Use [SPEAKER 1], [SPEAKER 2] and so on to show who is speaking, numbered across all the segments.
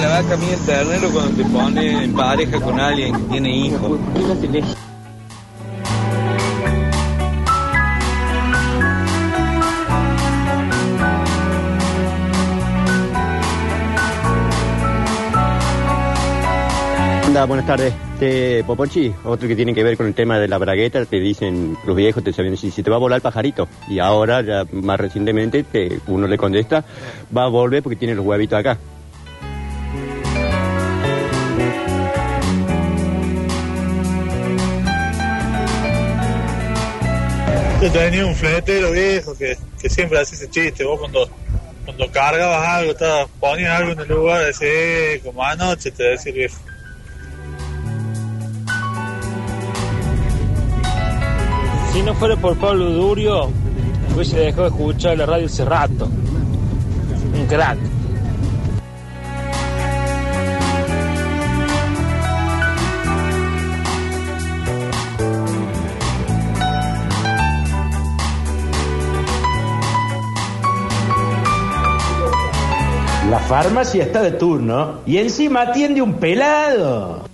[SPEAKER 1] cagaca a mí el ternero cuando te pone en pareja con alguien que tiene hijos.
[SPEAKER 2] Anda, buenas tardes. Este, Poponchi, otro que tiene que ver con el tema de la bragueta, te dicen los viejos, te saben si se te va a volar el pajarito. Y ahora, ya más recientemente, te- uno le contesta, va a volver porque tiene los huevitos acá.
[SPEAKER 3] Yo tenía un fletero viejo que, que siempre hacía ese chiste. Vos cuando, cuando cargabas algo, estabas- ponías algo en el lugar, decís, "Eh, como anoche, te decía el viejo.
[SPEAKER 4] Si no fuera por Pablo Durio, hubiese dejado de escuchar la radio hace rato. Un crack.
[SPEAKER 5] La farmacia está de turno y encima atiende un pelado.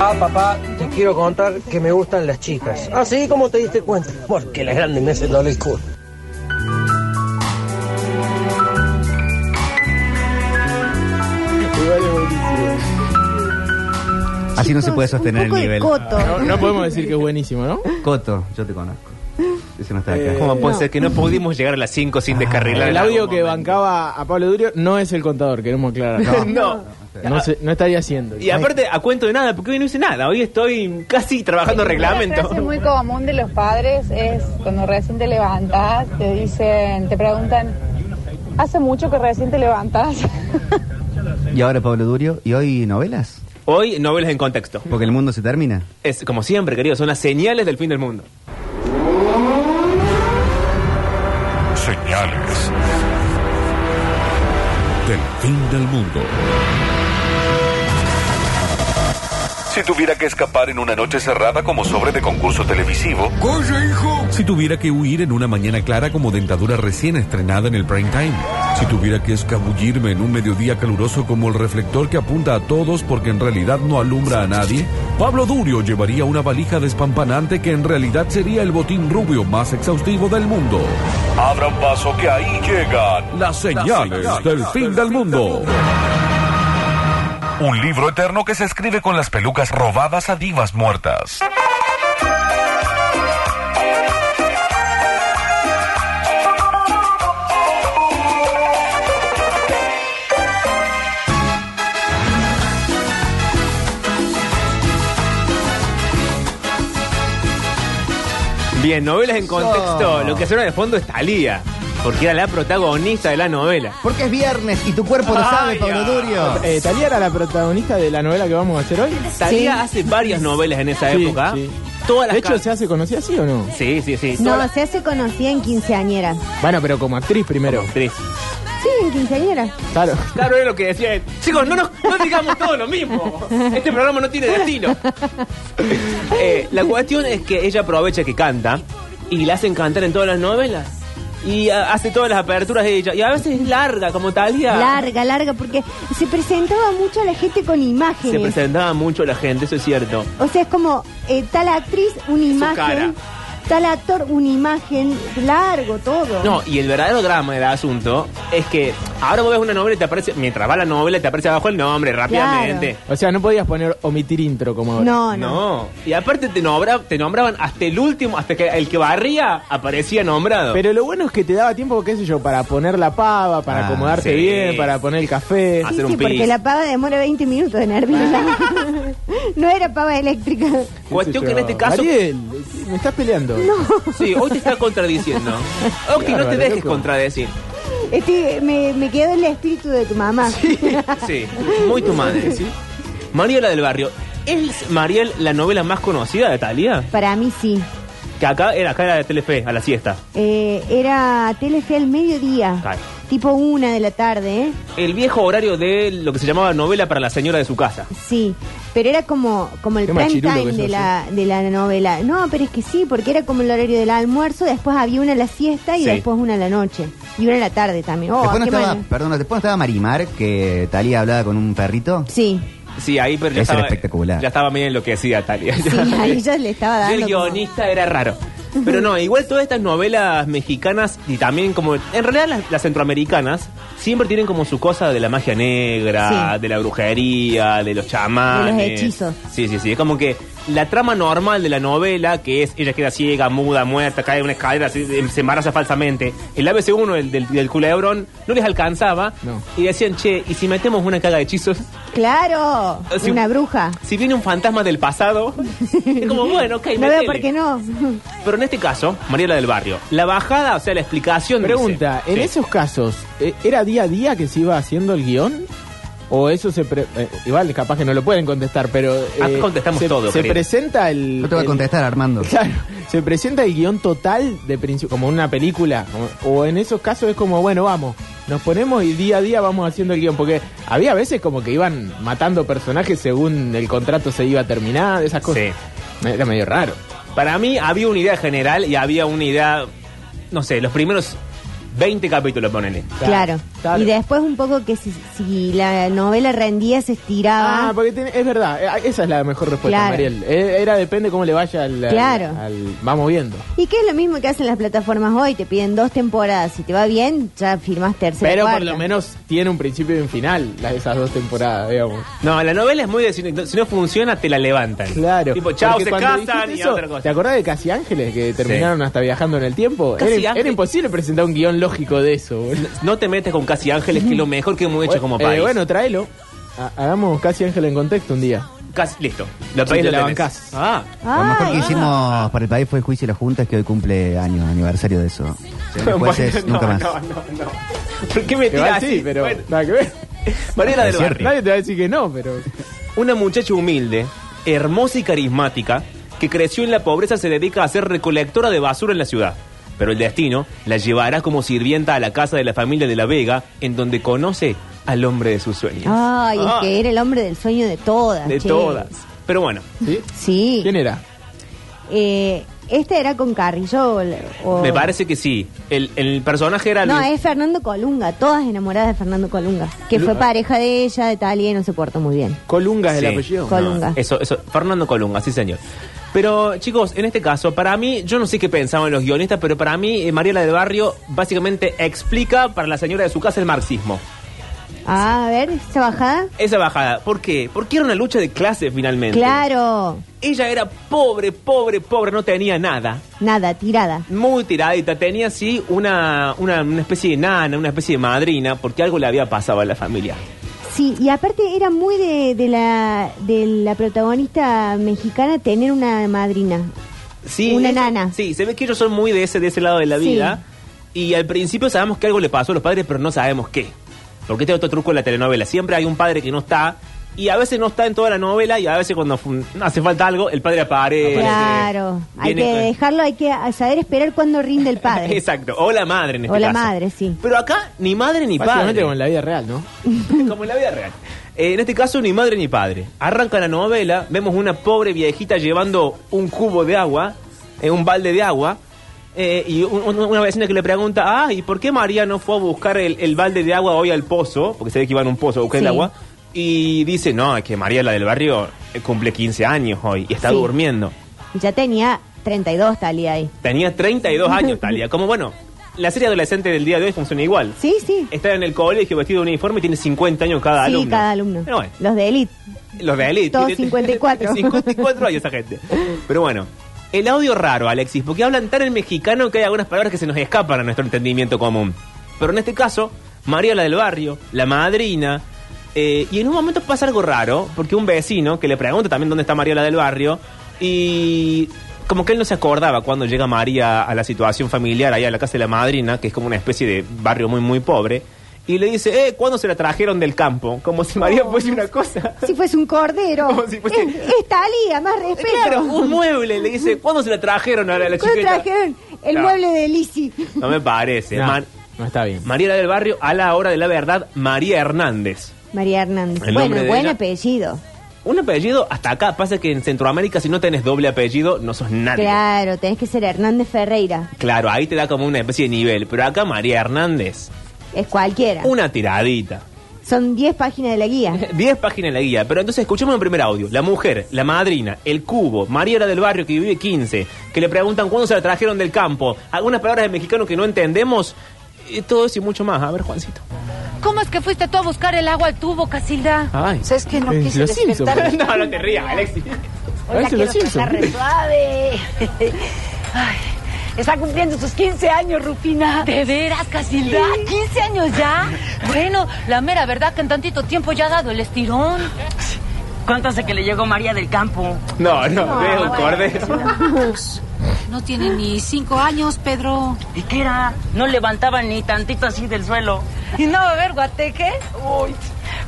[SPEAKER 6] Ah, papá, te quiero contar que me gustan las chicas. Ah, sí, ¿cómo te diste cuenta? Porque las grandes me hacen doler el culo.
[SPEAKER 7] Así no se puede sostener
[SPEAKER 8] un poco
[SPEAKER 7] el nivel.
[SPEAKER 8] De coto.
[SPEAKER 9] No, no podemos decir que es buenísimo, ¿no?
[SPEAKER 7] Coto, yo te conozco. Ese no está acá.
[SPEAKER 9] Eh,
[SPEAKER 7] ¿Cómo
[SPEAKER 8] no.
[SPEAKER 7] puede ser que no Ah, pudimos llegar a las 5 sin descarrilar?
[SPEAKER 9] El
[SPEAKER 7] en
[SPEAKER 9] audio
[SPEAKER 7] algún
[SPEAKER 9] que
[SPEAKER 7] momento?
[SPEAKER 9] bancaba a Pablo Durio no es el contador, queremos aclarar. No,
[SPEAKER 7] No.
[SPEAKER 9] no, se- no estaría haciendo.
[SPEAKER 7] Y aparte, a cuento de nada, porque hoy no hice nada. Hoy estoy casi trabajando reglamento.
[SPEAKER 10] frase muy común de los padres es cuando recién te levantas, te dicen, te preguntan, ¿hace mucho que recién te levantas?
[SPEAKER 7] bancaba-
[SPEAKER 8] Y ahora Pablo Durio. ¿Y hoy novelas?
[SPEAKER 7] Hoy novelas en contexto.
[SPEAKER 8] Porque el mundo se termina.
[SPEAKER 7] Es como siempre, querido, son las señales del fin del mundo.
[SPEAKER 11] Señales del fin del mundo.
[SPEAKER 12] Si tuviera que escapar en una noche cerrada como sobre de concurso televisivo,
[SPEAKER 11] ¡Coye, hijo! Si tuviera que huir en una mañana clara como dentadura recién estrenada en el prime time. Si tuviera que escabullirme en un mediodía caluroso como el reflector que apunta a todos porque en realidad no alumbra a nadie. Pablo Durio llevaría una valija despampanante que en realidad sería el botín rubio más exhaustivo del mundo.
[SPEAKER 12] abra un paso que ahí llegan.
[SPEAKER 11] Las señales del fin del mundo.
[SPEAKER 12] Un libro eterno que se escribe con las pelucas robadas a divas muertas.
[SPEAKER 7] Bien, novelas en contexto. Lo que suena de fondo es Talía, porque era la protagonista de la novela.
[SPEAKER 8] Porque es viernes y tu cuerpo lo sabe,
[SPEAKER 7] Ay, ah.
[SPEAKER 8] Pablo Durio.
[SPEAKER 9] Eh, ¿Talía era la protagonista de la novela que vamos a hacer hoy?
[SPEAKER 7] Talía hace varias novelas en esa
[SPEAKER 9] Sí,
[SPEAKER 7] época.
[SPEAKER 9] sí.
[SPEAKER 7] Todas las
[SPEAKER 9] De hecho,
[SPEAKER 7] ca-
[SPEAKER 9] ¿se hace conocida así o no?
[SPEAKER 7] Sí, sí, sí. todas
[SPEAKER 8] Sola.
[SPEAKER 7] las-
[SPEAKER 8] No, se hace conocida en quinceañera.
[SPEAKER 9] Bueno, pero como actriz primero.
[SPEAKER 7] Tres.
[SPEAKER 8] Sí, en quinceañera.
[SPEAKER 9] Claro.
[SPEAKER 7] Claro, era lo que decía él. Chicos, no, nos- no digamos todo lo mismo. Este programa no tiene destino. Eh, la cuestión es que ella aprovecha que canta y la hacen cantar en todas las novelas. Y ah, hace todas las aperturas de ella. Y a veces es larga, como Talía.
[SPEAKER 8] Larga, larga, porque se presentaba mucho a la gente con
[SPEAKER 7] Se
[SPEAKER 8] imágenes.
[SPEAKER 7] presentaba mucho la gente, eso es cierto.
[SPEAKER 8] O sea, es como eh, tal actriz, una
[SPEAKER 7] cara.
[SPEAKER 8] imagen. Tal actor, una imagen. Largo todo.
[SPEAKER 7] No, y el verdadero drama del asunto es que ahora vos ves una novela y te aparece, mientras va la novela, te aparece abajo el nombre rápidamente.
[SPEAKER 9] O sea, no podías poner omitir intro como ahora.
[SPEAKER 8] Ah, No, no.
[SPEAKER 7] No. Y aparte te, nombra, te nombraban hasta el último, hasta que el que barría aparecía nombrado.
[SPEAKER 9] Pero lo bueno es que te daba tiempo, qué sé yo, para poner la pava,
[SPEAKER 7] Ah,
[SPEAKER 9] para acomodarte
[SPEAKER 7] sí. Ah,
[SPEAKER 9] bien, para poner el café.
[SPEAKER 8] Sí,
[SPEAKER 7] hacer un
[SPEAKER 8] sí, porque
[SPEAKER 7] pis.
[SPEAKER 8] la pava demora 20 minutos en hervir. no era pava eléctrica.
[SPEAKER 7] Cuestión que
[SPEAKER 9] Qué sé
[SPEAKER 7] en
[SPEAKER 9] yo.
[SPEAKER 7] este caso.
[SPEAKER 9] Mariel, me estás peleando.
[SPEAKER 7] Sí, hoy te está contradiciendo. Octi, no te
[SPEAKER 9] Bárbaro,
[SPEAKER 7] dejes
[SPEAKER 9] loco.
[SPEAKER 7] contradecir.
[SPEAKER 8] Este, me, me quedó el espíritu de tu mamá.
[SPEAKER 7] Sí, muy tu madre. Mariela del Barrio. ¿Es Mariel la novela más conocida de Talía?
[SPEAKER 8] Para mí sí.
[SPEAKER 7] Que acá era, acá era de Telefe, a la siesta.
[SPEAKER 8] Eh, era Telefe al mediodía.
[SPEAKER 7] Claro.
[SPEAKER 8] tipo una de la tarde, ¿eh?
[SPEAKER 7] El viejo horario de lo que se llamaba novela para la señora de su casa.
[SPEAKER 8] Sí, pero era como, como el
[SPEAKER 7] Qué
[SPEAKER 8] prime
[SPEAKER 7] machirulo
[SPEAKER 8] time
[SPEAKER 7] que
[SPEAKER 8] de
[SPEAKER 7] sos, ¿eh?
[SPEAKER 8] la, de la novela. No, pero es que sí, porque era como el horario del almuerzo, después había una a la siesta y
[SPEAKER 13] Sí.
[SPEAKER 8] después una a la noche. Y una a la tarde también. Oh,
[SPEAKER 13] después no
[SPEAKER 8] qué
[SPEAKER 13] estaba,
[SPEAKER 8] mal.
[SPEAKER 13] perdón, después no estaba Marimar, que Talía hablaba con un perrito.
[SPEAKER 8] Sí.
[SPEAKER 7] Sí, ahí pero ya
[SPEAKER 13] Eso era
[SPEAKER 7] estaba,
[SPEAKER 13] espectacular.
[SPEAKER 7] Ya estaba medio enloquecida Talia.
[SPEAKER 8] Sí, ahí ya le estaba
[SPEAKER 7] Y el
[SPEAKER 8] dando. como-
[SPEAKER 7] guionista era raro. Pero no, igual todas estas novelas mexicanas y también como... En realidad las, las centroamericanas siempre tienen como su cosa de la magia negra,
[SPEAKER 8] Sí.
[SPEAKER 7] de la brujería, de los chamanes.
[SPEAKER 8] De los hechizos.
[SPEAKER 7] Sí, sí, sí. Es como que la trama normal de la novela, que es ella queda ciega, muda, muerta, cae en una escalera, se, se embaraza falsamente. El ABC1 el del, del culebrón no les alcanzaba. Y decían, che, ¿y si metemos una caga de hechizos?
[SPEAKER 8] Claro,
[SPEAKER 7] Sí.
[SPEAKER 8] una bruja.
[SPEAKER 7] Si viene un fantasma del pasado, es como bueno, ok,
[SPEAKER 8] No veo
[SPEAKER 7] metele.
[SPEAKER 8] por qué no.
[SPEAKER 7] Pero en este caso, Mariela del Barrio, la bajada, o sea, la explicación.
[SPEAKER 9] Pregunta,
[SPEAKER 7] dice-
[SPEAKER 9] en
[SPEAKER 7] Sí.
[SPEAKER 9] esos casos, ¿e- ¿era día a día que se iba haciendo el guión? ¿O eso se... pre- eh, igual, capaz que no lo pueden contestar, pero...
[SPEAKER 7] Acá
[SPEAKER 9] eh,
[SPEAKER 7] Ah, contestamos
[SPEAKER 9] se,
[SPEAKER 7] todo,
[SPEAKER 9] Se
[SPEAKER 7] querido.
[SPEAKER 9] presenta el...
[SPEAKER 13] No te va a
[SPEAKER 9] el-
[SPEAKER 13] contestar, Armando.
[SPEAKER 9] Claro, se presenta el guión total de principio, como una película. como- o en esos casos es como, bueno, vamos, nos ponemos y día a día vamos haciendo el guión. Porque había veces como que iban matando personajes según el contrato se iba a terminar, esas cosas. Era medio raro.
[SPEAKER 7] Para mí había una idea general y había una idea, no sé, los primeros 20 capítulos, ponele.
[SPEAKER 8] Claro. Y después un poco que si, si la novela rendía se estiraba.
[SPEAKER 9] Ah, porque tiene- es verdad, eh, esa es la mejor respuesta,
[SPEAKER 8] Claro.
[SPEAKER 9] Mariel. Eh, Era depende cómo le vaya al... al-
[SPEAKER 8] Claro.
[SPEAKER 9] al- vamos viendo.
[SPEAKER 8] Y que es lo mismo que hacen las plataformas hoy, te piden dos temporadas, si te va bien, ya firmas tercera.
[SPEAKER 9] Pero por
[SPEAKER 8] cuarta.
[SPEAKER 9] lo menos tiene un principio y un final las- esas dos temporadas, digamos.
[SPEAKER 7] No, la novela es muy de si no- si no funciona, te la levantan.
[SPEAKER 9] Claro.
[SPEAKER 7] Tipo, chao,
[SPEAKER 9] Porque
[SPEAKER 7] se
[SPEAKER 9] cuando
[SPEAKER 7] casan y
[SPEAKER 9] dijiste eso,
[SPEAKER 7] otra cosa.
[SPEAKER 9] ¿Te acordás de Casi Ángeles que terminaron hasta viajando en el tiempo?
[SPEAKER 7] Casi
[SPEAKER 9] Era- Era,
[SPEAKER 7] Ángeles.
[SPEAKER 9] imposible presentar un guión lógico de eso. boludo.
[SPEAKER 7] No te metes con Casi Ángeles, que es lo mejor que hemos hecho como
[SPEAKER 9] Eh,
[SPEAKER 7] país.
[SPEAKER 9] bueno, tráelo. Ha- Hagamos Casi Ángeles en contexto un día.
[SPEAKER 7] Casi, listo. La
[SPEAKER 9] Si
[SPEAKER 7] país
[SPEAKER 9] te
[SPEAKER 7] lo
[SPEAKER 9] la
[SPEAKER 7] tenés.
[SPEAKER 9] bancás.
[SPEAKER 7] Ah.
[SPEAKER 13] Lo mejor que hicimos para el país fue el juicio de las juntas, que hoy cumple año, aniversario de eso. O sea, los jueces,
[SPEAKER 7] Bueno, no,
[SPEAKER 13] nunca más.
[SPEAKER 7] no, no, no. ¿Por qué me
[SPEAKER 9] Igual
[SPEAKER 7] tiras
[SPEAKER 9] sí,
[SPEAKER 7] así?
[SPEAKER 9] pero
[SPEAKER 7] Bueno.
[SPEAKER 9] nada que ver.
[SPEAKER 7] Mariela del Barrio.
[SPEAKER 9] Nadie te va a decir que no, pero...
[SPEAKER 7] Una muchacha humilde, hermosa y carismática, que creció en la pobreza, se dedica a ser recolectora de basura en la ciudad. Pero el destino la llevará como sirvienta a la casa de la familia de La Vega, en donde conoce al hombre de sus sueños.
[SPEAKER 8] Ay,
[SPEAKER 7] Ah,
[SPEAKER 8] es que era el hombre del sueño de todas.
[SPEAKER 7] De
[SPEAKER 8] che.
[SPEAKER 7] todas. Pero bueno.
[SPEAKER 9] ¿Sí?
[SPEAKER 8] Sí.
[SPEAKER 9] quién era?
[SPEAKER 8] Eh, este era con Carrillo. o- o-
[SPEAKER 7] Me parece que sí. El, el personaje era...
[SPEAKER 8] Oh. No,
[SPEAKER 7] Luis-
[SPEAKER 8] es Fernando Colunga, todas enamoradas de Fernando Colunga, que
[SPEAKER 7] Lu-
[SPEAKER 8] fue pareja de ella, de Talia y no se portó muy bien.
[SPEAKER 9] Colunga
[SPEAKER 8] es Ah, el apellido. Colunga.
[SPEAKER 7] eso, eso, Fernando Colunga, sí señor. Pero chicos, en este caso, para mí, yo no sé qué pensaban los guionistas, pero para mí, eh, Mariela del Barrio básicamente explica para la señora de su casa el marxismo.
[SPEAKER 8] Ah, a ver, esta bajada.
[SPEAKER 7] Esa bajada, ¿por qué? Porque era una lucha de clases finalmente.
[SPEAKER 8] Claro,
[SPEAKER 7] Ella era pobre, pobre, pobre, no tenía nada.
[SPEAKER 8] nada, tirada.
[SPEAKER 7] Muy tiradita, tenía así una, una, una especie de nana, una especie de madrina, porque algo le había pasado a la familia.
[SPEAKER 8] Sí, y aparte era muy de, de la, de la protagonista mexicana tener una madrina.
[SPEAKER 7] Sí,
[SPEAKER 8] Una
[SPEAKER 7] eso-
[SPEAKER 8] nana.
[SPEAKER 7] Sí, se ve que ellos son muy de ese, de ese lado de la
[SPEAKER 8] Sí.
[SPEAKER 7] vida. Y al principio sabemos que algo le pasó a los padres, pero no sabemos qué. Porque este es otro truco de la telenovela. Siempre hay un padre que no está. Y a veces no está en toda la novela y a veces cuando fun- hace falta algo, el padre aparece.
[SPEAKER 8] Claro, hay
[SPEAKER 7] Eh, Viene
[SPEAKER 8] que
[SPEAKER 7] con-
[SPEAKER 8] dejarlo, hay que saber esperar cuando rinde el padre.
[SPEAKER 7] Exacto. O la madre en este
[SPEAKER 8] o la
[SPEAKER 7] caso.
[SPEAKER 8] madre, sí.
[SPEAKER 7] Pero acá ni madre ni
[SPEAKER 9] Básicamente
[SPEAKER 7] padre.
[SPEAKER 9] como en la vida real, ¿no?
[SPEAKER 7] Como en la vida real. Eh, en este caso, ni madre ni padre. Arranca la novela, vemos una pobre viejita llevando un cubo de agua, eh, un balde de agua, eh, y un- un- una vecina que le pregunta, ah, ¿y por qué María no fue a buscar el, el balde de agua hoy al pozo? Porque se ve que iba en un pozo a buscar el
[SPEAKER 14] Sí.
[SPEAKER 7] agua. Y dice, no, es que María, la del barrio, eh, cumple 15 años hoy y está
[SPEAKER 8] Sí.
[SPEAKER 7] durmiendo.
[SPEAKER 8] Ya tenía 32 Talia ahí.
[SPEAKER 7] Tenía 32 años, Talia. Como bueno, la serie adolescente del día de hoy funciona igual.
[SPEAKER 8] Sí, sí.
[SPEAKER 7] Está en el colegio vestido de uniforme y tiene 50 años Eh, cada
[SPEAKER 8] sí,
[SPEAKER 7] alumno.
[SPEAKER 8] cada alumno.
[SPEAKER 7] Pero bueno.
[SPEAKER 8] Los de élite.
[SPEAKER 7] Los de Elite.
[SPEAKER 8] Todos
[SPEAKER 7] tienen-
[SPEAKER 8] 54.
[SPEAKER 7] 54 hay esa gente. Pero bueno, el audio raro, Alexis, porque hablan tan en mexicano que hay algunas palabras que se nos escapan a nuestro entendimiento común. Pero en este caso, María la del barrio, la madrina. eh, y en un momento pasa algo raro, porque un vecino que le pregunta también dónde está María la del barrio, y como que él no se acordaba cuando llega María a la situación familiar, ahí a la casa de la madrina, que es como una especie de barrio muy, muy pobre, y le dice, eh, ¿cuándo se la trajeron del campo? Como si María fuese una cosa.
[SPEAKER 8] Si fuese un cordero. Es- es Talía, más respeto.
[SPEAKER 7] Eh, Claro, un mueble. Le dice, ¿cuándo se la trajeron a la, a la
[SPEAKER 8] ¿Cuándo
[SPEAKER 7] chiquita?
[SPEAKER 8] trajeron el
[SPEAKER 7] Claro.
[SPEAKER 8] mueble de Lisi?
[SPEAKER 7] No me parece. Man-
[SPEAKER 9] No está bien.
[SPEAKER 7] Mariela del Barrio, a la hora de la verdad, María Hernández.
[SPEAKER 8] María Hernández.
[SPEAKER 7] El nombre
[SPEAKER 8] Bueno,
[SPEAKER 7] de
[SPEAKER 8] buen
[SPEAKER 7] ella-
[SPEAKER 8] apellido.
[SPEAKER 7] Un apellido hasta acá. Pasa que en Centroamérica, si no tenés doble apellido, no sos nadie.
[SPEAKER 8] Claro, tenés que ser Hernández Ferreira.
[SPEAKER 7] Claro, ahí te da como una especie de nivel. Pero acá María Hernández,
[SPEAKER 8] Es cualquiera.
[SPEAKER 7] una tiradita.
[SPEAKER 8] Son 10 páginas de la guía.
[SPEAKER 7] 10 páginas en la guía, pero entonces escuchemos el primer audio. La mujer, la madrina, el cubo, María era del barrio que vive 15, que le preguntan cuándo se la trajeron del campo, algunas palabras de mexicano que no entendemos, y todo eso y mucho más. A ver, Juancito.
[SPEAKER 14] ¿Cómo es que fuiste tú a buscar el agua al tubo, Casilda?
[SPEAKER 7] Ay.
[SPEAKER 14] ¿Sabes que no
[SPEAKER 7] Es
[SPEAKER 14] quise
[SPEAKER 7] Los Simpson.
[SPEAKER 14] despertar?
[SPEAKER 7] No, no te rías, Alexis.
[SPEAKER 14] Hoy la
[SPEAKER 7] Parece Los
[SPEAKER 14] quiero tratar
[SPEAKER 7] Simpson.
[SPEAKER 14] re suave. Ay, está cumpliendo sus 15 años, Rufina. ¿De veras, Casilda? ¿15 años ya? Bueno, la mera verdad que en tantito tiempo ya ha dado el estirón.
[SPEAKER 15] Cuéntase que le llegó María del Campo.
[SPEAKER 7] No, no, veo un cordero.
[SPEAKER 15] No tiene ni cinco años, Pedro. ¿Y qué era? No levantaba ni tantito así del suelo.
[SPEAKER 10] ¿Y no va a haber guateques? Uy,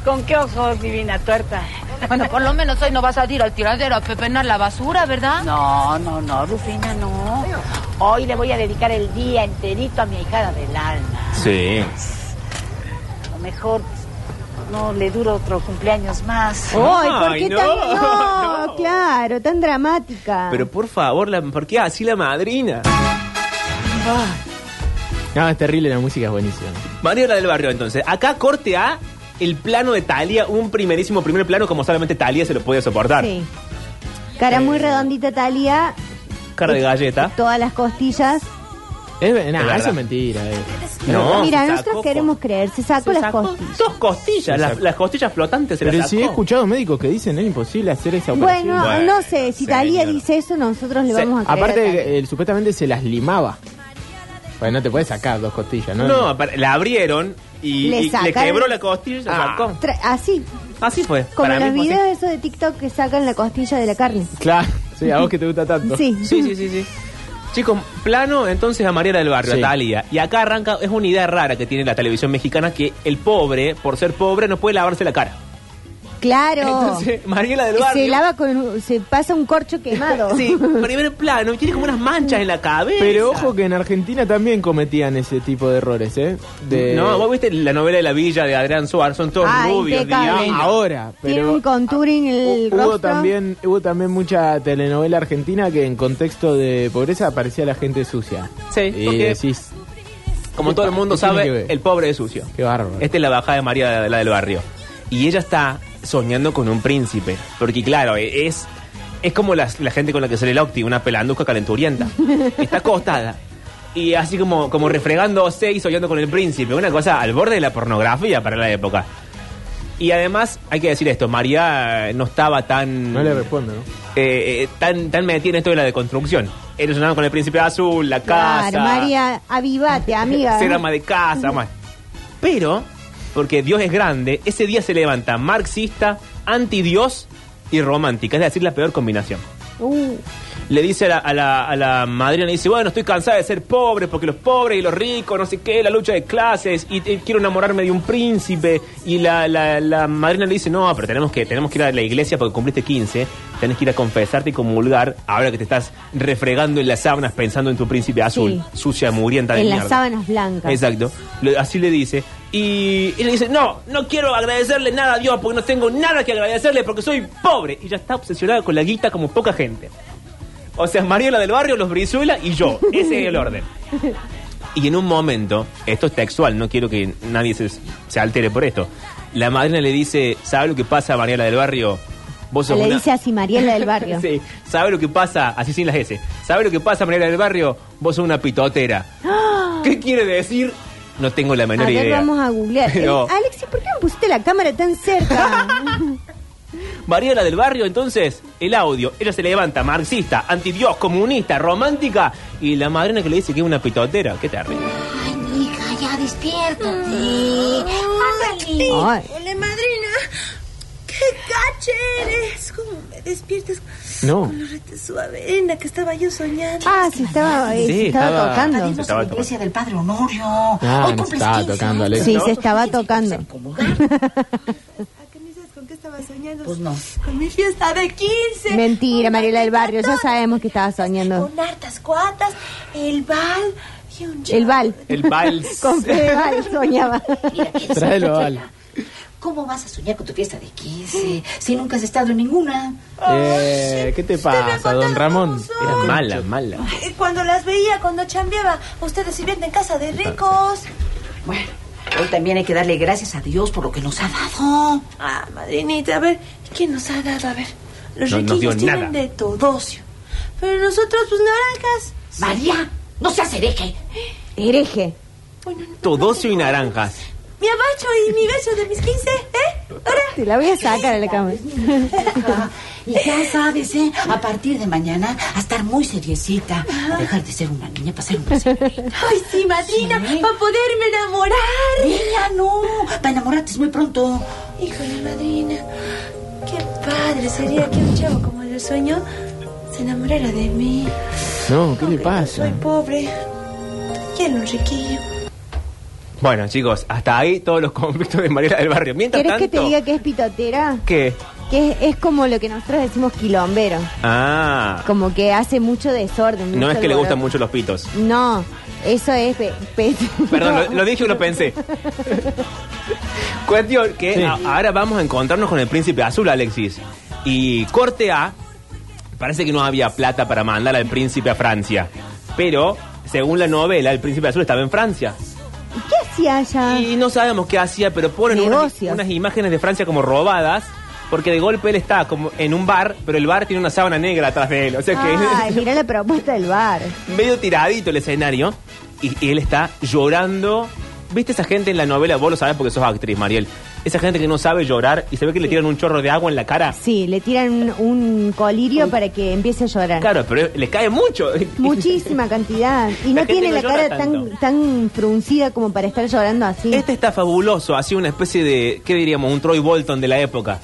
[SPEAKER 10] ¿con qué ojos, divina tuerta?
[SPEAKER 14] Bueno, por lo menos hoy no vas a ir al tiradero a pepenar la basura, ¿verdad?
[SPEAKER 10] No, no, no, Rufina, no. Hoy le voy a dedicar el día enterito a mi hijada del alma.
[SPEAKER 7] Sí.
[SPEAKER 10] A lo mejor no le duro otro cumpleaños más.
[SPEAKER 8] Ay, ¿por qué
[SPEAKER 7] no,
[SPEAKER 8] tan.? No, claro, tan dramática.
[SPEAKER 7] Pero por favor, la- ¿por qué así la madrina?
[SPEAKER 9] No, es terrible, la música es buenísima.
[SPEAKER 7] María la del barrio, entonces. Acá corte A el plano de Talia, un primerísimo primer plano como solamente Talia se lo podía soportar.
[SPEAKER 8] Sí. Cara
[SPEAKER 7] Eh,
[SPEAKER 8] muy redondita, Talía.
[SPEAKER 7] Cara de galleta.
[SPEAKER 8] Todas las costillas.
[SPEAKER 9] Es, ve- nah,
[SPEAKER 7] Es verdad.
[SPEAKER 9] eso es mentira. eh.
[SPEAKER 7] No,
[SPEAKER 8] Mira,
[SPEAKER 7] se
[SPEAKER 8] nosotros
[SPEAKER 7] sacó
[SPEAKER 8] queremos creer. Se sacó las costillas.
[SPEAKER 7] Dos costillas, las, las costillas flotantes se
[SPEAKER 9] Pero
[SPEAKER 7] las
[SPEAKER 9] si he
[SPEAKER 7] sacó.
[SPEAKER 9] escuchado médicos que dicen es imposible hacer esa operación.
[SPEAKER 8] Bueno, no sé. Si Talía dice eso, nosotros le
[SPEAKER 9] Se-
[SPEAKER 8] vamos a creer. a Thalía.
[SPEAKER 9] Aparte, él supuestamente se las limaba. Pues no te puedes sacar dos costillas, ¿no?
[SPEAKER 7] No, apar- la abrieron y y
[SPEAKER 8] Le
[SPEAKER 7] le,
[SPEAKER 8] sacaron-
[SPEAKER 7] quebró la costilla y se
[SPEAKER 9] Ah.
[SPEAKER 7] sacó.
[SPEAKER 8] Tra- así.
[SPEAKER 7] Así fue.
[SPEAKER 8] Como
[SPEAKER 7] Para
[SPEAKER 8] los
[SPEAKER 7] mí fue
[SPEAKER 8] videos esos de TikTok que sacan la costilla de la carne.
[SPEAKER 9] Claro, sí, a vos que te gusta tanto.
[SPEAKER 8] Sí.
[SPEAKER 7] Sí, sí, sí, sí. Chicos, plano entonces a Mariela del Barrio,
[SPEAKER 9] Sí.
[SPEAKER 7] a Thalía. Y acá arranca, es una idea rara que tiene la televisión mexicana que el pobre, por ser pobre, no puede lavarse la cara.
[SPEAKER 8] Claro.
[SPEAKER 7] Entonces, Mariela del
[SPEAKER 8] Se
[SPEAKER 7] Barrio.
[SPEAKER 8] lava con. Se pasa un corcho quemado.
[SPEAKER 7] Sí, primer plano, y tiene como unas manchas en la cabeza.
[SPEAKER 9] Pero ojo que en Argentina también cometían ese tipo de errores, ¿eh? De-
[SPEAKER 7] No, vos viste la novela de la villa de Adrián Suárez, son todos
[SPEAKER 8] Ah,
[SPEAKER 7] rubios, Ah,
[SPEAKER 8] impecable.
[SPEAKER 7] divinos.
[SPEAKER 9] Ahora,
[SPEAKER 8] Tiene
[SPEAKER 9] pero
[SPEAKER 8] un contouring el
[SPEAKER 9] hubo
[SPEAKER 8] rostro.
[SPEAKER 9] también, hubo también mucha telenovela argentina que en contexto de pobreza aparecía la gente sucia.
[SPEAKER 7] Sí,
[SPEAKER 9] Y
[SPEAKER 7] porque-
[SPEAKER 9] decís,
[SPEAKER 7] Como todo el mundo
[SPEAKER 9] ¿qué tiene que
[SPEAKER 7] sabe,
[SPEAKER 9] ver?
[SPEAKER 7] el pobre es sucio.
[SPEAKER 9] Qué bárbaro.
[SPEAKER 7] Esta es la bajada de María, de la del barrio. Y ella está soñando con un príncipe. Porque, claro, e- es, es como las- la gente con la que sale el Octi, una pelanduca calenturienta. Está acostada. Y así como, como refregándose y soñando con el príncipe. Una cosa al borde de la pornografía para la época. Y además, hay que decir esto, María eh, no estaba tan...
[SPEAKER 9] No le respondo, ¿no?
[SPEAKER 7] eh, eh, tan, tan metida en esto de la deconstrucción. Era soñando con el príncipe azul, la casa...
[SPEAKER 8] Claro, María, avivate, amiga.
[SPEAKER 7] Ser ama de casa, más. Pero, porque Dios es grande, ese día se levanta marxista, anti-Dios y romántica. Es decir, la peor combinación.
[SPEAKER 8] Uh,
[SPEAKER 7] Le dice a la, a la, a la madrina, le dice, bueno, estoy cansada de ser pobre, porque los pobres y los ricos, no sé qué, la lucha de clases, y, eh, quiero enamorarme de un príncipe. Y la, la, la madrina le dice, no, pero tenemos que, tenemos que ir a la iglesia porque cumpliste 15, tenés que ir a confesarte y comulgar, ahora que te estás refregando en las sábanas pensando en tu príncipe azul, sucia, murienta de
[SPEAKER 8] en
[SPEAKER 7] mierda.
[SPEAKER 8] las sábanas blancas.
[SPEAKER 7] Exacto. Lo- así le dice. Y, y le dice, no, no quiero agradecerle nada a Dios porque no tengo nada que agradecerle porque soy pobre. Y ya está obsesionada con la guita como poca gente. O sea, Mariela del Barrio, los Brizuela y yo. Ese es el orden. Y en un momento, esto es textual, no quiero que nadie se, se altere por esto. La madrina le dice, ¿sabe lo que pasa, Mariela del Barrio? Vos sos
[SPEAKER 8] Le
[SPEAKER 7] una-
[SPEAKER 8] dice así Mariela del barrio.
[SPEAKER 7] Sí, ¿sabe lo que pasa? Así sin las S. ¿Sabe lo que pasa, Mariela del Barrio? Vos sos una pitotera. ¿Qué quiere decir? No tengo la menor
[SPEAKER 8] a ver,
[SPEAKER 7] idea.
[SPEAKER 8] vamos a googlear.
[SPEAKER 7] Pero-
[SPEAKER 8] Eh, Alexis, ¿por qué me pusiste la cámara tan cerca?
[SPEAKER 7] Mariela del Barrio, entonces, el audio. Ella se levanta, marxista, antidios, comunista, romántica. Y la madrina que le dice que es una pitotera. Qué terrible.
[SPEAKER 16] Hija, ya despiértate. Pásale.
[SPEAKER 7] Ay.
[SPEAKER 16] Hola, madrina. ¡Qué gacha eres! ¿Cómo me despiertas?
[SPEAKER 9] No.
[SPEAKER 16] Con la rete suave en la que estaba yo soñando.
[SPEAKER 8] Ah, sí, estaba, eh, Sí, se estaba estaba- tocando.
[SPEAKER 16] Además,
[SPEAKER 8] Se
[SPEAKER 16] a
[SPEAKER 8] estaba
[SPEAKER 16] la iglesia del padre Honorio. Hoy
[SPEAKER 9] no
[SPEAKER 16] cumples
[SPEAKER 9] Ah, estaba
[SPEAKER 16] 15
[SPEAKER 9] tocando, Alex.
[SPEAKER 8] Sí,
[SPEAKER 9] ¿no?
[SPEAKER 8] se estaba tocando.
[SPEAKER 16] ¿Con qué estaba soñando? Pues no. Con mi fiesta de 15.
[SPEAKER 8] Mentira, Mariela del Barrio, ya sabemos que estaba soñando.
[SPEAKER 16] Con hartas cuatas, el bal
[SPEAKER 8] El bal.
[SPEAKER 9] El vals.
[SPEAKER 8] Con Fede Bal soñaba.
[SPEAKER 9] Tráelo, Al.
[SPEAKER 17] ¿Cómo vas a soñar con tu fiesta de 15 si nunca has estado en ninguna?
[SPEAKER 9] Eh, ¿Qué te pasa, don Ramón? Era mala, mala.
[SPEAKER 16] Eh, Cuando las veía, cuando chambeaba, ustedes sirviendo en casa de ricos.
[SPEAKER 17] Bueno, hoy también hay que darle gracias a Dios por lo que nos ha dado.
[SPEAKER 16] Ah, madrinita, a ver, ¿quién nos ha dado? A ver, los
[SPEAKER 17] No nos
[SPEAKER 16] riquillos
[SPEAKER 17] dio nada.
[SPEAKER 16] tienen de todo ocio. Pero nosotros, pues, naranjas.
[SPEAKER 17] María, no seas hereje.
[SPEAKER 8] Hereje.
[SPEAKER 7] Todocio y naranjas.
[SPEAKER 16] Mi abacho y mi beso de mis 15, ¿eh?
[SPEAKER 8] Te la voy a sacar a la cama.
[SPEAKER 17] Y ya sabes, ¿eh? A partir de mañana a estar muy seriecita. A dejar de ser una niña para ser una señorita.
[SPEAKER 16] Ay, sí, madrina, para poderme enamorar.
[SPEAKER 17] Niña, no. Para enamorarte es muy pronto.
[SPEAKER 16] Híjole, madrina, qué padre sería que un chavo como el del sueño se enamorara de mí.
[SPEAKER 9] No, ¿qué le pasa?
[SPEAKER 16] Pobre, quiero un riquillo.
[SPEAKER 7] Bueno, chicos, hasta ahí todos los conflictos de Mariela del Barrio. Mientras
[SPEAKER 8] ¿Querés que te
[SPEAKER 7] tanto,
[SPEAKER 8] diga que es pitotera?
[SPEAKER 7] ¿qué?
[SPEAKER 8] Que es, es como lo que nosotros decimos quilombero.
[SPEAKER 7] Ah,
[SPEAKER 8] Como que hace mucho desorden.
[SPEAKER 7] no
[SPEAKER 8] mucho
[SPEAKER 7] es que le
[SPEAKER 8] alboroto.
[SPEAKER 7] gustan mucho los pitos.
[SPEAKER 8] No, eso es pe- pe-
[SPEAKER 7] Perdón, lo, lo dije o lo pensé. Cuestión que a- ahora vamos a encontrarnos con el príncipe azul, Alexis. Y corte A, parece que no había plata para mandar al príncipe a Francia. Pero, según la novela, el príncipe azul estaba en Francia.
[SPEAKER 8] ¿Qué hacía allá?
[SPEAKER 7] Y no sabemos qué hacía, pero ponen unas, unas imágenes de Francia como robadas. Porque de golpe él está como en un bar, pero el bar tiene una sábana negra atrás de él. O sea que
[SPEAKER 8] Ay, mira la propuesta del bar.
[SPEAKER 7] medio tiradito el escenario y, y él está llorando. ¿Viste esa gente en la novela? Vos lo sabés porque sos actriz, Mariel. Esa gente que no sabe llorar y se ve que le tiran un chorro de agua en la cara.
[SPEAKER 8] Sí, le tiran un, un colirio para que empiece a llorar.
[SPEAKER 7] Claro, pero le cae mucho.
[SPEAKER 8] Muchísima cantidad. Y
[SPEAKER 7] La
[SPEAKER 8] no
[SPEAKER 7] gente
[SPEAKER 8] tiene
[SPEAKER 7] no
[SPEAKER 8] la
[SPEAKER 7] llora
[SPEAKER 8] cara
[SPEAKER 7] tanto.
[SPEAKER 8] tan, tan fruncida como para estar llorando así.
[SPEAKER 7] Este está fabuloso, así una especie de, ¿qué diríamos? Un Troy Bolton de la época.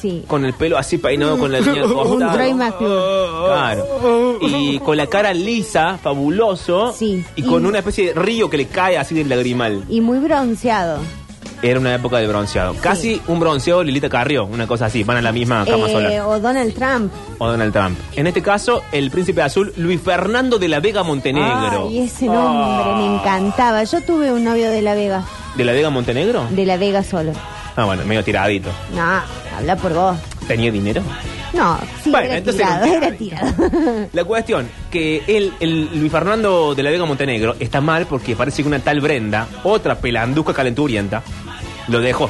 [SPEAKER 8] Sí.
[SPEAKER 7] Con el pelo así peinado con la línea al
[SPEAKER 8] Un
[SPEAKER 7] costado.
[SPEAKER 8] Troy McClure.
[SPEAKER 7] Claro. Y con la cara lisa, fabuloso. Y con una especie de río que le cae así del lagrimal.
[SPEAKER 8] Y muy bronceado.
[SPEAKER 7] Era una época de bronceado. Casi un bronceado Lilita Carrió, una cosa así. Van a la misma cama
[SPEAKER 8] Eh,
[SPEAKER 7] sola.
[SPEAKER 8] o Donald Trump.
[SPEAKER 7] O Donald Trump. En este caso, el príncipe azul, Luis Fernando de la Vega Montenegro.
[SPEAKER 8] Ay, ese nombre me
[SPEAKER 7] Ah.
[SPEAKER 8] encantaba. Yo tuve un novio de La Vega.
[SPEAKER 7] ¿De la Vega Montenegro?
[SPEAKER 8] De La Vega solo.
[SPEAKER 7] Ah, bueno, medio tiradito.
[SPEAKER 8] No, habla por vos.
[SPEAKER 7] ¿Tenía dinero?
[SPEAKER 8] No, sí,
[SPEAKER 7] Bueno,
[SPEAKER 8] era,
[SPEAKER 7] entonces
[SPEAKER 8] tirado,
[SPEAKER 7] era
[SPEAKER 8] era tirado.
[SPEAKER 7] La cuestión, que él, el Luis Fernando de la Vega Montenegro está mal porque parece que una tal Brenda, otra pelanduca calenturienta, lo dejó.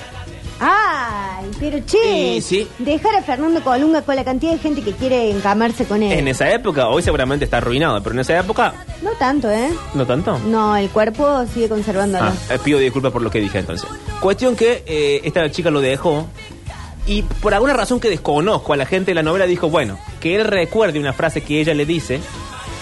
[SPEAKER 8] Ay, pero che,
[SPEAKER 7] Y sí.
[SPEAKER 8] dejar a Fernando Colunga con la cantidad de gente que quiere encamarse con él.
[SPEAKER 7] En esa época, hoy seguramente está arruinado, pero en esa época,
[SPEAKER 8] No tanto, ¿eh?
[SPEAKER 7] no tanto.
[SPEAKER 8] No, el cuerpo sigue conservándolo.
[SPEAKER 7] Ah, eh, pido disculpas por lo que dije entonces. Cuestión que eh, esta chica lo dejó y por alguna razón que desconozco a la gente de la novela dijo, bueno, que él recuerde una frase que ella le dice.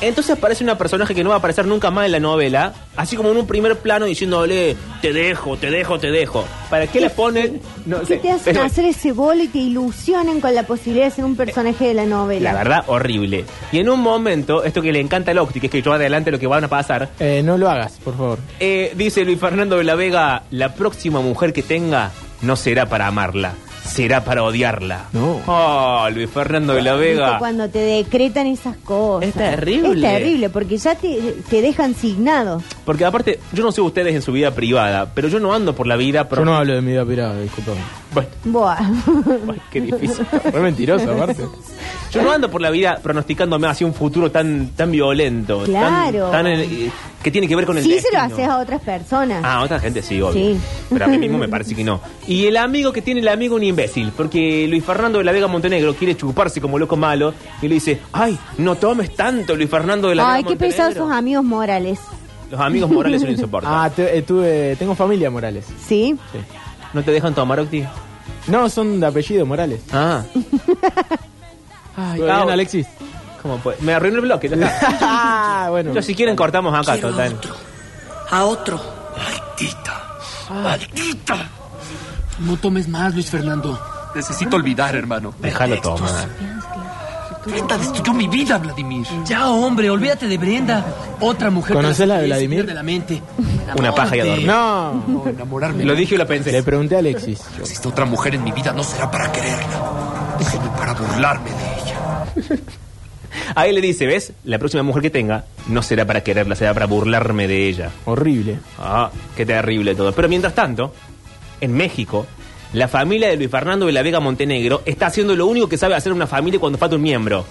[SPEAKER 7] Entonces aparece una personaje que no va a aparecer nunca más en la novela, así como en un primer plano diciéndole, te dejo, te dejo, te dejo. ¿Para qué le ponen? No
[SPEAKER 8] ¿Qué
[SPEAKER 7] sé.
[SPEAKER 8] te hacen
[SPEAKER 7] pero Eh,
[SPEAKER 8] hacer ese bolo y te ilusionan con la posibilidad de ser un personaje de la novela?
[SPEAKER 7] La verdad, horrible. Y en un momento, esto que le encanta al Octi, que es que yo adelante lo que van a pasar,
[SPEAKER 9] Eh, no lo hagas, por favor.
[SPEAKER 7] Eh, dice Luis Fernando de la Vega, la próxima mujer que tenga no será para amarla, será para odiarla. No. Oh, Luis Fernando de la
[SPEAKER 8] ¿Viste
[SPEAKER 7] Vega.
[SPEAKER 8] Cuando te decretan esas cosas.
[SPEAKER 7] Es terrible.
[SPEAKER 8] Es terrible, porque ya te, te dejan signado.
[SPEAKER 7] Porque aparte, yo no sé ustedes en su vida privada, pero yo no ando por la vida... Pero...
[SPEAKER 9] Yo no hablo de mi vida pirada, disculpame.
[SPEAKER 8] Buah.
[SPEAKER 7] Qué difícil.
[SPEAKER 9] Re mentiroso, aparte.
[SPEAKER 7] Yo no ando por la vida pronosticándome hacia un futuro tan, tan violento. tan-
[SPEAKER 8] Claro.
[SPEAKER 7] Tan, eh, que tiene que ver con el
[SPEAKER 8] Sí se
[SPEAKER 7] destino.
[SPEAKER 8] lo haces a otras personas.
[SPEAKER 7] Ah, otra gente sí, obvio.
[SPEAKER 8] Sí.
[SPEAKER 7] Pero a mí mismo me parece que no. Y el amigo que tiene el amigo un imbécil, porque Luis Fernando de la Vega Montenegro quiere chuparse como loco malo y le dice, ay, no tomes tanto, Luis Fernando de la
[SPEAKER 8] Ay,
[SPEAKER 7] Vega
[SPEAKER 8] qué
[SPEAKER 7] Montenegro.
[SPEAKER 8] pesados sus amigos morales.
[SPEAKER 7] Los amigos morales son insoportables.
[SPEAKER 9] Ah, te- eh, tuve, tengo familia Morales.
[SPEAKER 8] ¿Sí?
[SPEAKER 7] ¿No te dejan tomar, Octi?
[SPEAKER 9] No, son de apellido Morales.
[SPEAKER 7] Ah.
[SPEAKER 9] Ay,
[SPEAKER 7] Ah, bueno.
[SPEAKER 9] Alexis.
[SPEAKER 7] ¿Cómo puede? Me arruinó el bloque. ya está.
[SPEAKER 9] ah, bueno.
[SPEAKER 7] Yo, si quieren cortamos acá,
[SPEAKER 9] Quiero a
[SPEAKER 7] total.
[SPEAKER 9] A otro.
[SPEAKER 14] Ah.
[SPEAKER 18] ¡Maldita! No tomes más, Luis Fernando. Necesito olvidar, hermano.
[SPEAKER 7] Déjalo tomar.
[SPEAKER 18] Brenda destruyó mi vida, Vladimir. Ya, hombre, olvídate de Brenda. Otra mujer.
[SPEAKER 9] ¿Conocés la de
[SPEAKER 18] que la
[SPEAKER 9] Vladimir?
[SPEAKER 18] De la mente.
[SPEAKER 7] Una paja y a dormir.
[SPEAKER 9] No.
[SPEAKER 18] enamorarme.
[SPEAKER 7] Lo dije y lo pensé.
[SPEAKER 9] Le pregunté a Alexis.
[SPEAKER 18] Existe otra mujer en mi vida, no será para quererla. Sino para burlarme de ella.
[SPEAKER 7] Ahí le dice, ¿ves? La próxima mujer que tenga no será para quererla, será para burlarme de ella.
[SPEAKER 9] Horrible.
[SPEAKER 7] Ah, qué terrible todo. Pero mientras tanto, en México, la familia de Luis Fernando de la Vega Montenegro está haciendo lo único que sabe hacer una familia cuando falta un miembro.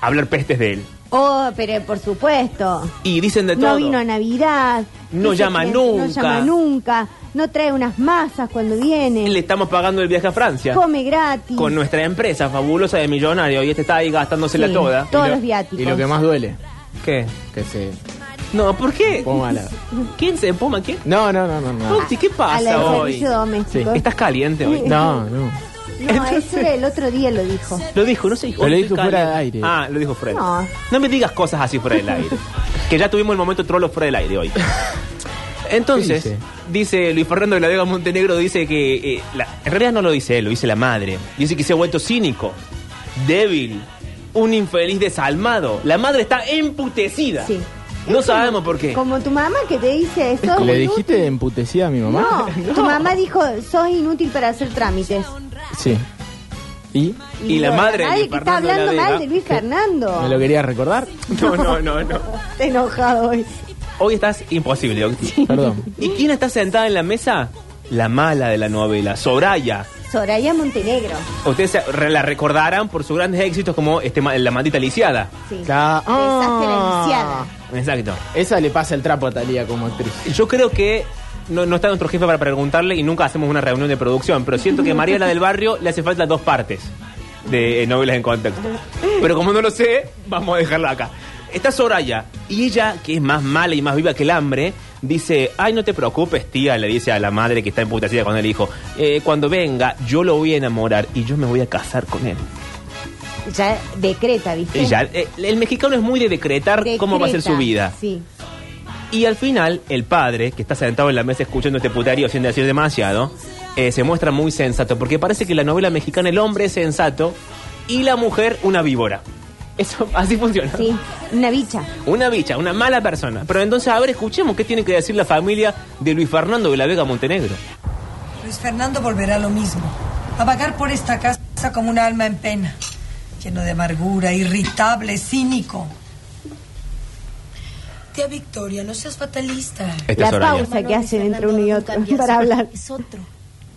[SPEAKER 7] Hablar pestes de él.
[SPEAKER 8] Oh, pero por supuesto.
[SPEAKER 7] Y dicen de todo.
[SPEAKER 8] No vino a Navidad.
[SPEAKER 7] No
[SPEAKER 8] Dice
[SPEAKER 7] llama
[SPEAKER 8] que
[SPEAKER 7] nunca.
[SPEAKER 8] No llama nunca. No trae unas masas cuando viene.
[SPEAKER 7] Le estamos pagando el viaje a Francia.
[SPEAKER 8] Come gratis.
[SPEAKER 7] Con nuestra empresa fabulosa de millonario. Y este está ahí gastándosela
[SPEAKER 8] Sí,
[SPEAKER 7] toda.
[SPEAKER 8] todos Y lo- los viáticos.
[SPEAKER 9] Y lo que más duele,
[SPEAKER 7] ¿Qué?
[SPEAKER 9] que se
[SPEAKER 7] No, ¿por qué?
[SPEAKER 9] poma la...
[SPEAKER 7] ¿Quién se empoma? ¿Quién?
[SPEAKER 9] No, no, no, no.
[SPEAKER 8] Ah,
[SPEAKER 9] no.
[SPEAKER 7] Foxy, ¿qué
[SPEAKER 8] A la
[SPEAKER 7] pasa
[SPEAKER 8] del
[SPEAKER 7] hoy?
[SPEAKER 8] servicio doméstico.
[SPEAKER 7] ¿Estás caliente hoy?
[SPEAKER 9] No, no.
[SPEAKER 8] No, eso era el otro día lo dijo.
[SPEAKER 7] Lo dijo, no se dijo.
[SPEAKER 9] Pero lo
[SPEAKER 7] Estoy
[SPEAKER 9] dijo
[SPEAKER 7] caliente.
[SPEAKER 9] fuera de aire.
[SPEAKER 7] Ah, lo dijo Fred.
[SPEAKER 8] No.
[SPEAKER 7] No me digas cosas así fuera del aire. que ya tuvimos el momento trolo fuera del aire hoy. Entonces,
[SPEAKER 9] ¿Qué
[SPEAKER 7] dice? Luis Fernando de la Vega Montenegro, dice que... eh, la- en realidad no lo dice él, lo dice la madre. Dice que se ha vuelto cínico, débil, un infeliz desalmado. La madre está emputecida.
[SPEAKER 8] Sí.
[SPEAKER 7] No sabemos por qué.
[SPEAKER 8] Como tu mamá que te dice eso.
[SPEAKER 9] ¿Le dijiste emputecida a mi mamá?
[SPEAKER 8] No, tu mamá dijo, sos inútil para hacer trámites.
[SPEAKER 9] Sí. ¿Y?
[SPEAKER 7] Y la
[SPEAKER 8] digo,
[SPEAKER 7] madre de
[SPEAKER 8] Nadie
[SPEAKER 7] Luis
[SPEAKER 8] que está
[SPEAKER 7] Fernando de la
[SPEAKER 8] hablando
[SPEAKER 7] Vega.
[SPEAKER 8] mal de Luis Fernando.
[SPEAKER 9] ¿Me lo querías recordar?
[SPEAKER 7] No, no, no, no.
[SPEAKER 8] Está enojado hoy.
[SPEAKER 7] Hoy estás imposible, Octi.
[SPEAKER 9] Perdón.
[SPEAKER 7] ¿Y quién está sentada en la mesa? La mala de la novela, Soraya.
[SPEAKER 8] Soraya Montenegro.
[SPEAKER 7] Ustedes se- re- la recordarán por sus grandes éxitos como este, ma- La maldita lisiada.
[SPEAKER 8] Sí.
[SPEAKER 9] La...
[SPEAKER 8] Besaste la
[SPEAKER 9] Ah.
[SPEAKER 8] lisiada.
[SPEAKER 7] Exacto.
[SPEAKER 9] Esa le pasa el trapo a Talía como actriz.
[SPEAKER 7] Yo creo que no, no está nuestro jefe para preguntarle y nunca hacemos una reunión de producción, pero siento que Mariana del Barrio le hace falta dos partes de eh, novelas en contexto. Pero como no lo sé, vamos a dejarla acá. Está Soraya y ella, que es más mala y más viva que el hambre, dice, ay, no te preocupes, tía, le dice a la madre que está emputecida con el hijo, "Eh, cuando venga yo lo voy a enamorar y yo me voy a casar con él.
[SPEAKER 8] Ya decreta, ¿viste?
[SPEAKER 7] Y ya, eh, el mexicano es muy de decretar cómo va a ser su
[SPEAKER 8] Decreta,
[SPEAKER 7] vida.
[SPEAKER 8] Sí.
[SPEAKER 7] Y al final, el padre, que está sentado en la mesa escuchando este puterío sin decir demasiado, eh, se muestra muy sensato, porque parece que en la novela mexicana el hombre es sensato y la mujer una víbora. Eso, así funciona.
[SPEAKER 8] Sí, una bicha.
[SPEAKER 7] Una bicha, una mala persona. Pero entonces, a ver, escuchemos qué tiene que decir la familia de Luis Fernando de la Vega Montenegro.
[SPEAKER 19] Luis Fernando volverá a lo mismo, a vagar por esta casa como un alma en pena, lleno de amargura, irritable, cínico.
[SPEAKER 16] Tía Victoria, no seas fatalista.
[SPEAKER 7] Esta
[SPEAKER 8] la
[SPEAKER 7] es Soraya.
[SPEAKER 8] pausa que hacen entre uno y otro para hablar.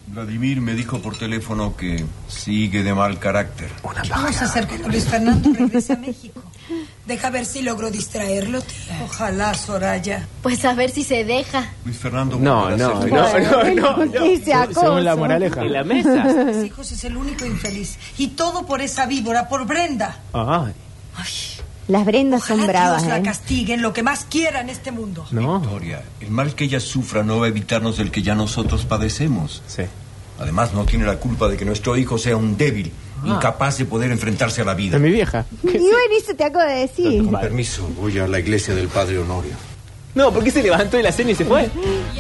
[SPEAKER 20] Vladimir me dijo por teléfono que sigue de mal carácter.
[SPEAKER 19] ¿Qué vamos a hacer cuando Luis Fernando regrese a México? Deja ver si logro distraerlo, tía. Ojalá, Soraya.
[SPEAKER 16] Pues a ver si se deja.
[SPEAKER 20] Luis Fernando.
[SPEAKER 7] No, no, no, no, no.
[SPEAKER 9] Según la moraleja.
[SPEAKER 7] En la mesa.
[SPEAKER 19] Mis hijos es el único infeliz. Y todo por esa víbora, por Brenda.
[SPEAKER 7] Ay,
[SPEAKER 8] Las Brendas son bravas,
[SPEAKER 19] Dios la
[SPEAKER 8] ¿eh?
[SPEAKER 19] castiguen lo que más quiera en este mundo.
[SPEAKER 20] Victoria, el mal que ella sufra no va a evitarnos el que ya nosotros padecemos.
[SPEAKER 7] Sí.
[SPEAKER 20] Además, no tiene la culpa de que nuestro hijo sea un débil,
[SPEAKER 18] Ah.
[SPEAKER 20] incapaz de poder enfrentarse a la vida.
[SPEAKER 9] De mi vieja.
[SPEAKER 8] Y bueno, eso te acabo de decir.
[SPEAKER 20] Con permiso, voy a la iglesia del Padre Honorio.
[SPEAKER 7] No, ¿por qué se levantó de la cena y se fue?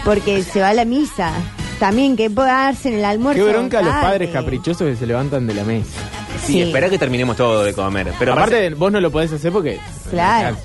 [SPEAKER 8] Porque se va a la misa. También que puede darse en el almuerzo.
[SPEAKER 9] Qué bronca los
[SPEAKER 8] tarde.
[SPEAKER 9] padres caprichosos que se levantan de la mesa.
[SPEAKER 7] Sí, espera que terminemos todo de comer. Pero
[SPEAKER 9] Pero aparte, vos no lo podés hacer porque...
[SPEAKER 8] Claro.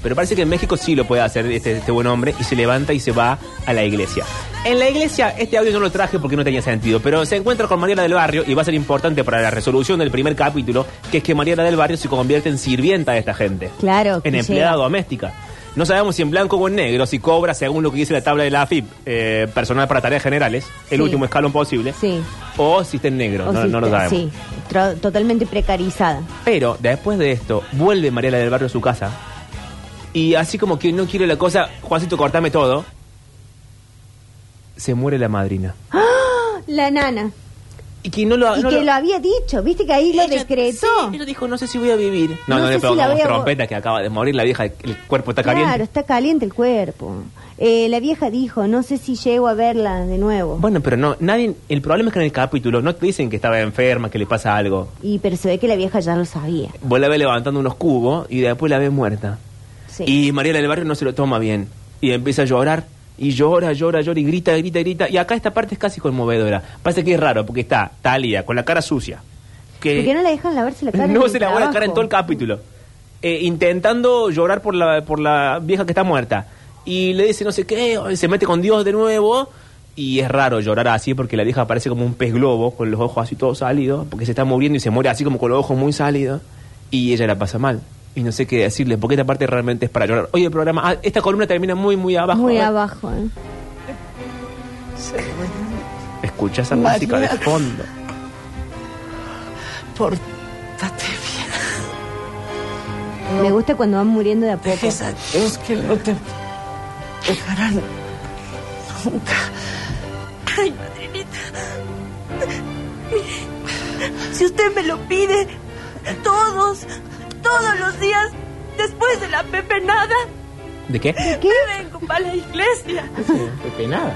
[SPEAKER 7] Pero parece que en México sí lo puede hacer este, este buen hombre y se levanta y se va a la iglesia. En la iglesia este audio no lo traje porque no tenía sentido, pero se encuentra con Mariela del Barrio y va a ser importante para la resolución del primer capítulo, que es que Mariela del Barrio se convierte en sirvienta de esta gente,
[SPEAKER 8] Claro. que
[SPEAKER 7] en empleada
[SPEAKER 8] llega.
[SPEAKER 7] doméstica. No sabemos si en blanco o en negro, si cobra según lo que dice la tabla de la AFIP, eh, personal para tareas generales, el
[SPEAKER 8] Sí.
[SPEAKER 7] último escalón posible,
[SPEAKER 8] Sí.
[SPEAKER 7] o si está en negro,
[SPEAKER 8] O
[SPEAKER 7] ¿eh? no,
[SPEAKER 8] si
[SPEAKER 7] no lo
[SPEAKER 8] está-
[SPEAKER 7] sabemos.
[SPEAKER 8] Sí, tro- totalmente precarizada.
[SPEAKER 7] Pero después de esto, vuelve Mariela del Barrio a su casa. Y así como que no quiere la cosa, Juancito, cortame todo. Se muere la madrina.
[SPEAKER 8] ¡Ah! La nana.
[SPEAKER 7] Y que no lo,
[SPEAKER 8] Y
[SPEAKER 7] no
[SPEAKER 8] que
[SPEAKER 7] lo-
[SPEAKER 8] lo había dicho, viste que ahí lo decretó.
[SPEAKER 7] pero dijo, no sé si voy a vivir. No, no,
[SPEAKER 8] No sé
[SPEAKER 7] le
[SPEAKER 8] si la
[SPEAKER 7] pegamos
[SPEAKER 8] voy a-
[SPEAKER 7] trompeta que acaba de morir la vieja, el cuerpo está
[SPEAKER 8] claro,
[SPEAKER 7] caliente.
[SPEAKER 8] está caliente el cuerpo. Eh, la vieja dijo, no sé si llego a verla de nuevo.
[SPEAKER 7] Bueno, pero no, nadie. El problema es que en el capítulo no te dicen que estaba enferma, que le pasa algo.
[SPEAKER 8] Y pero se ve que la vieja ya lo sabía.
[SPEAKER 7] Vos la ves levantando unos cubos y después la ves muerta.
[SPEAKER 8] Sí.
[SPEAKER 7] Y Mariela del Barrio no se lo toma bien. Y empieza a llorar. Y llora, llora, llora. Y grita, grita, grita. Y acá esta parte es casi conmovedora. Pasa que es raro porque está Talia con la cara sucia.
[SPEAKER 8] ¿Por qué
[SPEAKER 7] Que
[SPEAKER 8] no la dejan lavarse la cara? en
[SPEAKER 7] eh, no
[SPEAKER 8] el
[SPEAKER 7] se lavó la cara en todo el
[SPEAKER 8] trabajo?
[SPEAKER 7] capítulo. Eh, intentando llorar por la, por la vieja que está muerta. Y le dice no sé qué. o Se mete con Dios de nuevo. Y es raro llorar así porque la vieja parece como un pez globo con los ojos así todos salidos. Porque se está muriendo y se muere así como con los ojos muy salidos. y ella la pasa mal. Y no sé qué decirle, porque esta parte realmente es para llorar. Hoy el programa, ah, esta columna termina muy, muy abajo.
[SPEAKER 8] Muy
[SPEAKER 7] A ver,
[SPEAKER 8] abajo. ¿eh?
[SPEAKER 7] Escucha esa música de
[SPEAKER 21] Mañana.
[SPEAKER 7] fondo.
[SPEAKER 21] Por
[SPEAKER 8] Me gusta cuando van muriendo de a poco.
[SPEAKER 21] dejes a Dios que no te dejarán nunca. Ay, madrinita. Mire, si usted me lo pide, todos, todos los días, después de la pepenada,
[SPEAKER 9] ¿De qué?
[SPEAKER 21] me vengo para la iglesia.
[SPEAKER 9] Pepe, nada.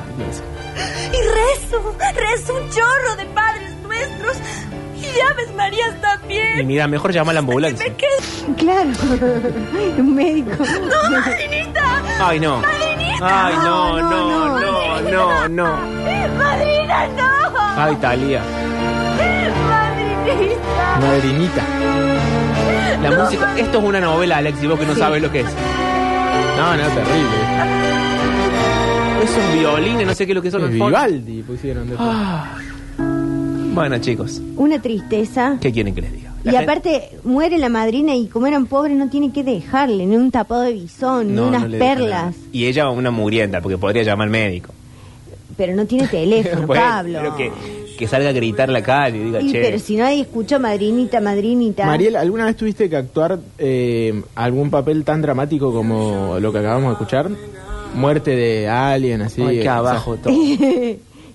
[SPEAKER 21] Y rezo, rezo un chorro de padres nuestros y llaves Marías
[SPEAKER 7] Y
[SPEAKER 21] también.
[SPEAKER 7] mira, mejor llama a la ambulancia.
[SPEAKER 21] ¿Me quedo?
[SPEAKER 8] Claro, un médico.
[SPEAKER 21] ¡No, madrinita!
[SPEAKER 7] Ay, no.
[SPEAKER 21] ¡Madrinita!
[SPEAKER 7] Ay, no, no, no, no, no.
[SPEAKER 21] ¡Madrina, no!
[SPEAKER 7] Ay, Talía.
[SPEAKER 21] ¡Madrinita!
[SPEAKER 9] Madrinita.
[SPEAKER 7] La música, esto es una novela, Alex, y vos que no sabes lo que es.
[SPEAKER 9] No, no, terrible.
[SPEAKER 7] Esos violines, no sé qué es lo que son
[SPEAKER 9] Es
[SPEAKER 7] los fondos.
[SPEAKER 9] Vivaldi pusieron después.
[SPEAKER 7] Ah. Bueno, chicos,
[SPEAKER 8] Una tristeza.
[SPEAKER 7] ¿qué quieren que les diga? La
[SPEAKER 8] Y
[SPEAKER 7] gente-
[SPEAKER 8] aparte, muere la madrina y como eran pobres no tiene que dejarle ni un tapado de
[SPEAKER 7] No,
[SPEAKER 8] bisón, ni
[SPEAKER 7] no
[SPEAKER 8] unas
[SPEAKER 7] le dejan nada.
[SPEAKER 8] perlas.
[SPEAKER 7] Y ella una murienta, porque podría llamar al médico.
[SPEAKER 8] Pero no tiene teléfono,
[SPEAKER 7] Bueno,
[SPEAKER 8] Pablo.
[SPEAKER 7] pero que, que salga a gritar en la calle y diga,
[SPEAKER 8] Y,
[SPEAKER 7] che.
[SPEAKER 8] pero si nadie escucha madrinita, madrinita.
[SPEAKER 9] Mariel, ¿alguna vez tuviste que actuar eh, algún papel tan dramático como lo que acabamos de escuchar? Muerte de alguien, así.
[SPEAKER 7] Ay, qué
[SPEAKER 9] eh,
[SPEAKER 7] abajo
[SPEAKER 9] o sea,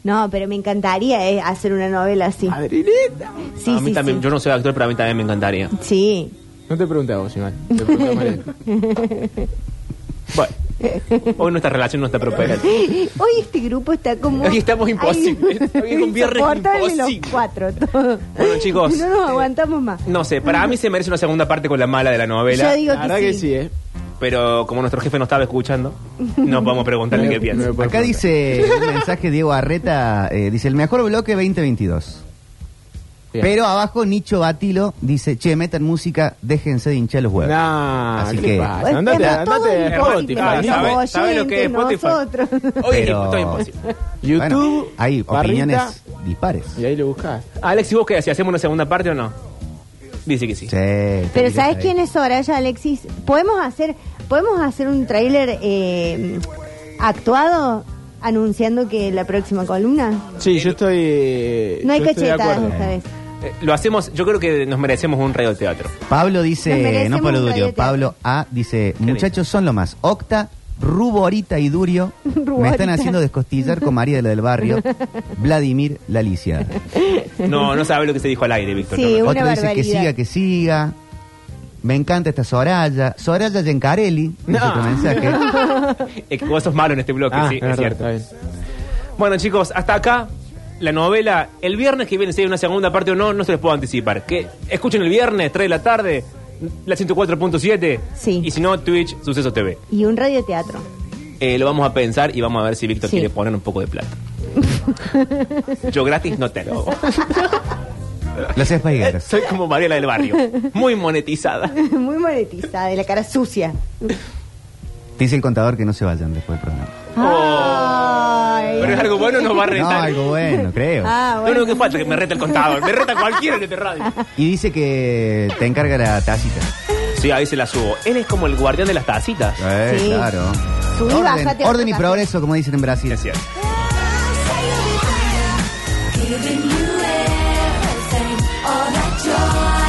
[SPEAKER 8] no, pero me encantaría eh, hacer una novela así.
[SPEAKER 9] Madrinita.
[SPEAKER 8] Sí,
[SPEAKER 7] a mí
[SPEAKER 8] sí,
[SPEAKER 7] también,
[SPEAKER 8] sí.
[SPEAKER 7] yo no soy actor, pero a mí también me encantaría.
[SPEAKER 8] Sí.
[SPEAKER 9] No te pregunté a vos, Iván. Te pregunté a Mariel.
[SPEAKER 7] Bueno, hoy nuestra relación no está propiedad.
[SPEAKER 8] Hoy este grupo está como.
[SPEAKER 7] Hoy estamos imposibles.
[SPEAKER 8] Ay,
[SPEAKER 7] Hoy es un viernes
[SPEAKER 8] insoportable los
[SPEAKER 7] imposible.
[SPEAKER 8] cuatro. todo.
[SPEAKER 7] Bueno, chicos.
[SPEAKER 8] No nos aguantamos más.
[SPEAKER 7] No sé, para mí se merece una segunda parte con la mala de la novela.
[SPEAKER 8] Yo digo La que verdad que sí.
[SPEAKER 9] ¿eh?
[SPEAKER 7] Pero como nuestro jefe no estaba escuchando, no podemos preguntarle qué piensa.
[SPEAKER 13] Acá dice un este mensaje Diego Arreta, eh, dice el mejor bloque 2022.
[SPEAKER 9] Bien.
[SPEAKER 13] Pero abajo Nicho Batilo dice, che, metan música, déjense de hinchar los huevos.
[SPEAKER 9] Nah,
[SPEAKER 13] Así
[SPEAKER 9] ¿qué
[SPEAKER 13] que...
[SPEAKER 9] pasa? Andate,
[SPEAKER 8] Hemos todo
[SPEAKER 9] andate a
[SPEAKER 8] imposible,
[SPEAKER 9] Spotify.
[SPEAKER 8] los
[SPEAKER 9] ¿Sabe- sabe lo que es
[SPEAKER 8] oyentes,
[SPEAKER 9] Spotify?
[SPEAKER 8] nosotros.
[SPEAKER 7] Hoy
[SPEAKER 13] Pero-
[SPEAKER 7] es todo imposible.
[SPEAKER 9] YouTube,
[SPEAKER 13] Bueno, hay
[SPEAKER 9] barrita,
[SPEAKER 13] opiniones dispares.
[SPEAKER 9] Y ahí lo buscas.
[SPEAKER 7] Alex, ¿y vos qué decís? ¿Hacemos una segunda parte o no? Dice que sí.
[SPEAKER 8] Pero ¿sabes quién es Soraya, Alexis? ¿Podemos hacer, podemos hacer un tráiler eh, actuado anunciando que la próxima columna?
[SPEAKER 9] Sí, yo estoy. eh,
[SPEAKER 8] No hay
[SPEAKER 9] yo estoy de
[SPEAKER 8] cachetadas
[SPEAKER 9] acuerdo.
[SPEAKER 8] esta vez.
[SPEAKER 7] Eh, Lo hacemos, yo creo que nos merecemos un radioteatro.
[SPEAKER 13] Pablo
[SPEAKER 8] Nos
[SPEAKER 13] dice,
[SPEAKER 8] merecemos
[SPEAKER 13] no Pablo
[SPEAKER 8] un
[SPEAKER 13] Durio,
[SPEAKER 8] radioteatro.
[SPEAKER 13] Pablo A dice, muchachos son lo más. Octa, Ruborita y Durio me
[SPEAKER 8] Ruborita.
[SPEAKER 13] están haciendo descostillar con María de la del barrio, Vladimir la Alicia.
[SPEAKER 7] No, no sabe lo que se dijo al aire, Víctor.
[SPEAKER 8] Sí,
[SPEAKER 7] no, no.
[SPEAKER 8] una
[SPEAKER 13] Otro dice que
[SPEAKER 8] barbaridad.
[SPEAKER 13] siga, que siga. Me encanta esta Soraya. Soraya Gencarelli, dice
[SPEAKER 7] No.
[SPEAKER 13] otro mensaje.
[SPEAKER 7] Es que vos sos malo en este bloque,
[SPEAKER 9] Ah,
[SPEAKER 7] sí,
[SPEAKER 9] es
[SPEAKER 7] es,
[SPEAKER 9] verdad,
[SPEAKER 7] cierto. Bueno, chicos, hasta acá la novela. El viernes que viene, si hay una segunda parte o no, no se les puedo anticipar. Que escuchen el viernes, 3 de la tarde, la 104.7.
[SPEAKER 8] Sí.
[SPEAKER 7] Y si no, Twitch, Suceso TV.
[SPEAKER 8] Y un radioteatro.
[SPEAKER 7] Eh, lo vamos a pensar y vamos a ver si Víctor
[SPEAKER 8] Sí.
[SPEAKER 7] quiere poner un poco de plata. Yo gratis no te lo hago. Eh,
[SPEAKER 13] Los espalleros.
[SPEAKER 7] Soy como Mariela del Barrio, muy monetizada.
[SPEAKER 8] Muy monetizada, de la cara sucia.
[SPEAKER 13] Dice el contador que no se vayan después del programa.
[SPEAKER 8] Ah. Ay.
[SPEAKER 7] Oh. Pero es algo bueno, nos va a
[SPEAKER 13] No,
[SPEAKER 7] retar.
[SPEAKER 13] algo bueno, creo.
[SPEAKER 8] Ah,
[SPEAKER 7] Lo
[SPEAKER 8] bueno.
[SPEAKER 7] único que falta es que me reta el contador. Me reta cualquiera en este radio.
[SPEAKER 13] Y dice que te encarga la tacita.
[SPEAKER 7] Sí, ahí se la subo. Él es como el guardián de las tacitas.
[SPEAKER 13] Eh,
[SPEAKER 8] Sí.
[SPEAKER 13] claro.
[SPEAKER 8] Subí,
[SPEAKER 13] Orden,
[SPEAKER 8] bájate,
[SPEAKER 13] orden y
[SPEAKER 8] bájate.
[SPEAKER 13] progreso, como dicen en Brasil.
[SPEAKER 16] Giving you everything, all that joy.